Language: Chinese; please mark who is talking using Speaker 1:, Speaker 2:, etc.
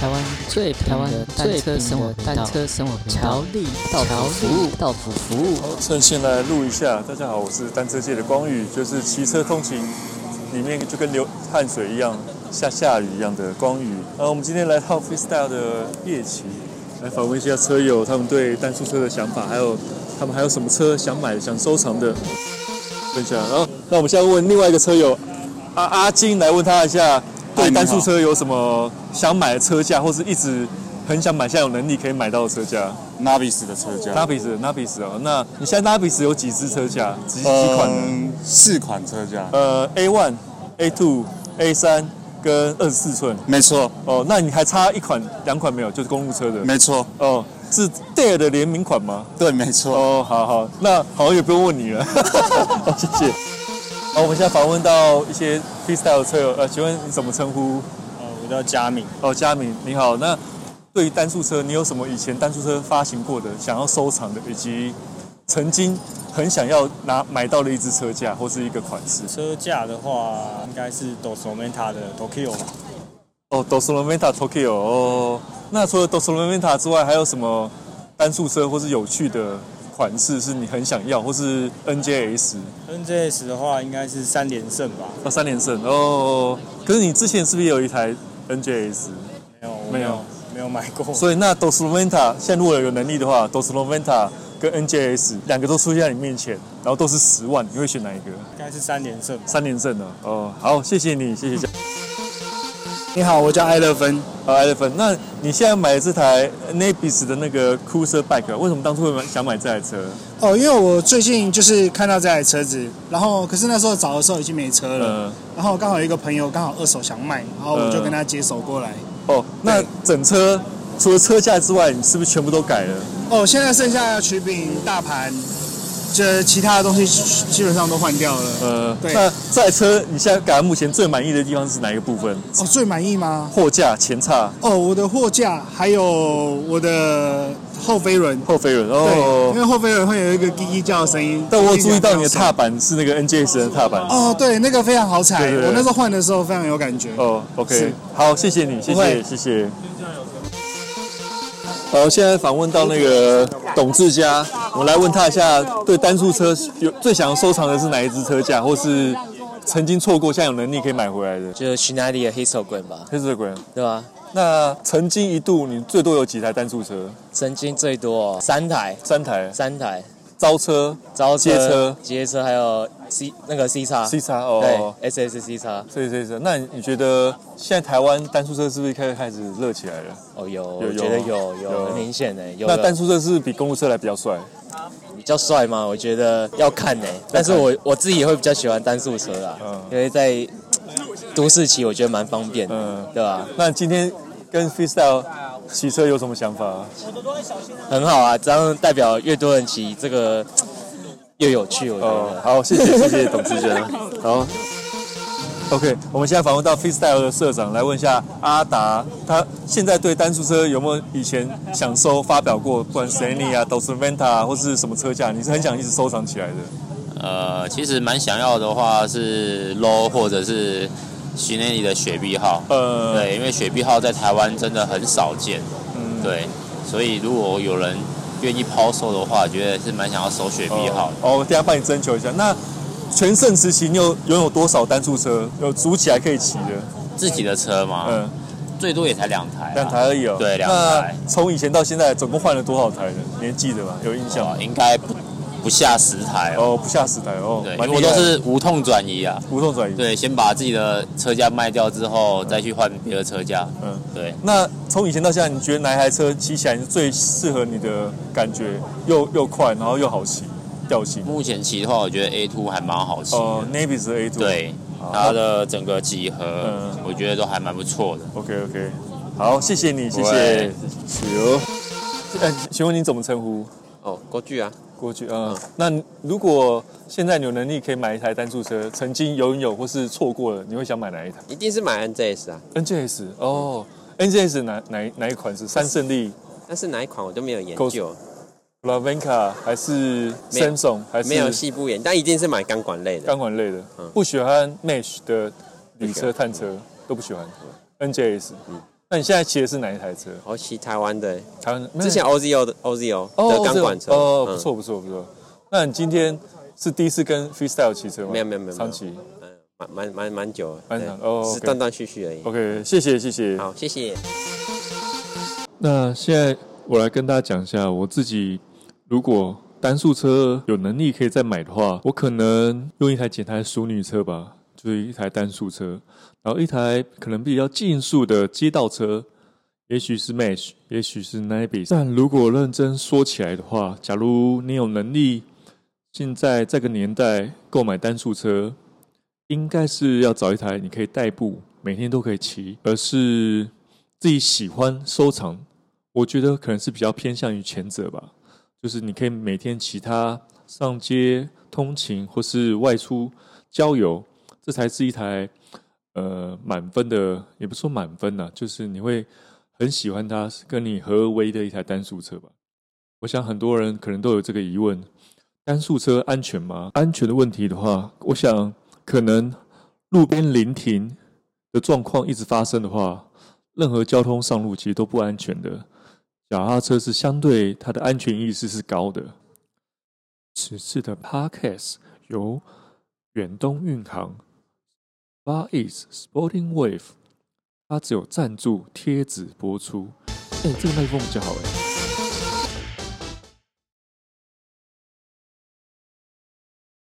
Speaker 1: 台湾最台湾最车生活单车生活乔力到服务到府服务。
Speaker 2: 趁现来录一下，大家好，我是单车界的光宇，就是骑车通勤里面就跟流汗水一样，下下雨一样的光宇。呃，我们今天来到 Freestyle 的夜骑，来访问一下车友他们对单速车的想法，还有他们还有什么车想买、想收藏的分享。然后，那我们现在问另外一个车友阿阿金来问他一下，对单速车有什么想买的车架，或是一直很想买，现在有能力可以买到的车架。
Speaker 3: Navis 的车架，
Speaker 2: Nabis 的 Nabis 哦，那你现在 Nabis 有几支车架？几几款呢？
Speaker 3: 嗯？四款车架，
Speaker 2: 呃，A one、A two、A 三跟二十四寸
Speaker 3: 没错，
Speaker 2: 哦，那你还差一款、两款没有，就是公路车的
Speaker 3: 没错，
Speaker 2: 哦，是 Dare 的联名款吗？
Speaker 3: 对，没错。
Speaker 2: 哦，好好，那好像也不用问你了， 好谢谢。好，我们现在访问到一些 freestyle 的车友，呃，请问你怎么称呼？
Speaker 4: 呃
Speaker 3: 我叫佳敏，
Speaker 2: 哦，佳敏，你好。那对于单速车，你有什么以前单速车发行过的、想要收藏的，以及曾经很想要拿买到的一支车架或是一个款式？
Speaker 4: 车架的话，应该是 Dosometa 的 Tokyo 吧。
Speaker 2: 哦，Dosolomenta Tokyo 哦。那除了 Dosolomenta 之外，还有什么单速车或是有趣的款式是你很想要，或是 NJS？
Speaker 4: NJS 的话，应该是三连胜吧？
Speaker 2: 那三连胜哦。可是你之前是不是也有一台 NJS？
Speaker 4: 没有，我
Speaker 2: 没有
Speaker 4: 有，没有买过。
Speaker 2: 所以那 Dosloventa 现在如果有能力的话，Dosloventa 跟 NJS 两个都出现在你面前，然后都是十万，你会选哪一个？
Speaker 4: 应该是三连胜吧。
Speaker 2: 三连胜呢？哦，好，谢谢你，谢谢嘉。
Speaker 3: 你好，我叫艾乐芬。
Speaker 2: 呃，艾德芬，那你现在买这台 Nabis 的那个 Cruiser Bike，为什么啊当初会买想买这台车？
Speaker 5: 哦，因为我最近就是看到这台车子，然后可是那时候找的时候已经没车了，
Speaker 2: 呃，
Speaker 5: 然后刚好有一个朋友刚好二手想卖，然后我就
Speaker 2: 嗯
Speaker 5: 跟他接手过来。
Speaker 2: 哦，那整车除了车架之外，你是不是全部都改了？
Speaker 5: 哦，现在剩下曲柄、大盘，这其他的东西基本上都换掉了。
Speaker 2: 呃，
Speaker 5: 对
Speaker 2: 那这台车你现在改到目前最满意的地方是哪一个部分？
Speaker 5: 哦，最满意吗？
Speaker 2: 货架、前叉、
Speaker 5: 哦，我的货架还有我的后飞轮，
Speaker 2: 后飞轮。
Speaker 5: 对，
Speaker 2: 哦
Speaker 5: 因，为后飞轮会有一个叽叽叫的声音。
Speaker 2: 但我有注意到你的
Speaker 5: 踏
Speaker 2: 踏板是那个 NJS 的踏板。
Speaker 5: 哦，对，那个非常好踩，
Speaker 2: 对对对
Speaker 5: 我那时候换的时候非常有感觉。
Speaker 2: 哦，OK，
Speaker 5: 是
Speaker 2: 好，谢谢你，谢
Speaker 5: 不
Speaker 2: 谢，
Speaker 5: 会
Speaker 2: 谢谢。好，现在访问到那个董志佳，我们来问他一下，对单速车有最想要收藏的是哪一支车架，或是曾经错过，现在有能力可以买回来的？
Speaker 6: 就是徐乃里的 histogram 吧，
Speaker 2: 黑色滚。
Speaker 6: 对啊吧？
Speaker 2: 那曾经一度你最多有几台单速车？
Speaker 6: 曾经最多、哦、三台，
Speaker 2: 三台，
Speaker 6: 三台，
Speaker 2: 招车、
Speaker 6: 招
Speaker 2: 街车、
Speaker 6: 街车还有 C 那个 C 叉
Speaker 2: C 叉
Speaker 6: 对
Speaker 2: 哦。
Speaker 6: SSC 叉，
Speaker 2: 所以这是，那你觉得现在台湾单速车是不是开始开始热起来了？
Speaker 6: 哦有，
Speaker 2: 有
Speaker 6: 我觉得
Speaker 2: 有
Speaker 6: 有
Speaker 2: 有
Speaker 6: 有很明显呢，有
Speaker 2: 那单
Speaker 6: 但
Speaker 2: 速车是不是比公路车来比较帅？
Speaker 6: 比较帅吗？我觉得要看呢，但是我我自己也会比较喜欢单速车啦，
Speaker 2: 嗯
Speaker 6: 因为在都市骑我觉得蛮方便的，
Speaker 2: 嗯
Speaker 6: 对吧？
Speaker 2: 那今天跟 freestyle 骑车有什么想法？
Speaker 6: 很好啊，这样代表越多人骑，这个越有趣，我觉得。
Speaker 2: 哦，好，谢谢谢谢董志 娟。好，OK，我们现在访问到 freestyle 的社长，来问一下阿达，他现在对单速车有没有以前想收发表过，不管 s e n i 啊、d o s v e n t a 或是什么车架，你是很想一直收藏起来的？
Speaker 7: 呃，其实蛮想要的话是 low 或者是徐内里的雪碧号，
Speaker 2: 呃，
Speaker 7: 对，因为雪碧号在台湾真的很少见，
Speaker 2: 嗯，
Speaker 7: 对，所以如果有人愿意抛售的话，觉得是蛮想要收雪碧号的。
Speaker 2: 哦，我等一下帮你征求一下。那全盛时期，你有拥有多少单速车？有组起来可以骑的？
Speaker 7: 自己的车嘛，
Speaker 2: 嗯，
Speaker 7: 最多也才两台、啊，
Speaker 2: 两台而已哦。
Speaker 7: 对两台
Speaker 2: 那从以前到现在，总共换了多少台呢？你还记得吗？有印象吗
Speaker 7: 哇，？啊应该不不下十台哦。
Speaker 2: 哦，不下十台哦，
Speaker 7: 对，
Speaker 2: 蛮
Speaker 7: 因
Speaker 2: 厉
Speaker 7: 为我
Speaker 2: 害
Speaker 7: 都是无痛转移啊，
Speaker 2: 无痛转移。，
Speaker 7: 对，先把自己的车架卖掉之后，再去换别的车架，
Speaker 2: 嗯。
Speaker 7: 对。
Speaker 2: 那从以前到现在，你觉得哪一台车骑起来是最适合你的感觉？又又快，然后又好骑，调性。
Speaker 7: 目前骑的话，我觉得 A two 还蛮好骑的。
Speaker 2: 哦，Navis 的 A 组。
Speaker 7: 对，它的整个几何
Speaker 2: 嗯，
Speaker 7: 我觉得都还蛮不错的。
Speaker 2: ，OK OK，好，谢谢你，谢
Speaker 7: 不
Speaker 2: 谢
Speaker 7: 会。
Speaker 2: 有。哎，请问你怎么称呼？
Speaker 6: 哦，国剧啊，
Speaker 2: 过去，嗯，那如果现在你有能力可以买一台单速车，曾经拥有或是错过了，你会想买哪一台
Speaker 6: 一定是买 NJS 啊，
Speaker 2: ？NGS 哦，NGS 哪哪哪一款是三胜利、
Speaker 6: 但是哪一款我都没有研
Speaker 2: 究 Lavenca 啊还是
Speaker 6: 没有
Speaker 2: Samsung 还是
Speaker 6: 没有细部研，但一定是买钢管类的。
Speaker 2: 钢管类的
Speaker 6: 嗯？
Speaker 2: 不喜欢 Mesh 的旅
Speaker 6: 不喜
Speaker 2: 车、
Speaker 6: 欢
Speaker 8: 嗯
Speaker 2: 探车都不喜欢。NGS，那你现在骑的是哪一台车？
Speaker 6: 哦
Speaker 8: 我骑台湾的，
Speaker 2: 台湾
Speaker 8: 之前 OZO 的 OZO
Speaker 2: 哦
Speaker 8: 的钢管车，
Speaker 2: 哦，
Speaker 8: 嗯
Speaker 2: 不，错不错不错。那你今天是第一次跟 freestyle 骑车吗？
Speaker 8: 没有没有没有没有
Speaker 2: 常骑。
Speaker 8: 嗯，蛮蛮蛮蛮久了，
Speaker 2: 蛮
Speaker 8: 对
Speaker 2: 长哦
Speaker 8: 只是
Speaker 2: OK
Speaker 8: 断断续续而已。
Speaker 2: OK，谢谢谢谢。
Speaker 8: 好，谢谢。
Speaker 2: 那现在我来跟大家讲一下，我自己如果单速车有能力可以再买的话，我可能用一台简单的淑女车吧，就是一台单速车，然后一台可能比较竞速的街道车，也许是 Mesh，也许是 Nibis。但如果认真说起来的话，假如你有能力，现在这个年代购买单速车，应该是要找一台你可以代步，每天都可以骑，而是自己喜欢收藏我觉得可能是比较偏向于前者吧，就是你可以每天骑它上街通勤或是外出郊游，这才是一台呃满分的，也不是说满分呐、就是你会很喜欢它，跟你合为一的一台单速车吧。我想很多人可能都有这个疑问：单速车安全吗？安全的问题的话，我想可能路边临停的状况一直发生的话，任何交通上路其实都不安全的。脚踏车是相对它的安全意识是高的。此次的 Podcast 由远东运航、Far East Sporting Wave，它只有赞助贴纸播出。哎、这个麦克风比较好哎。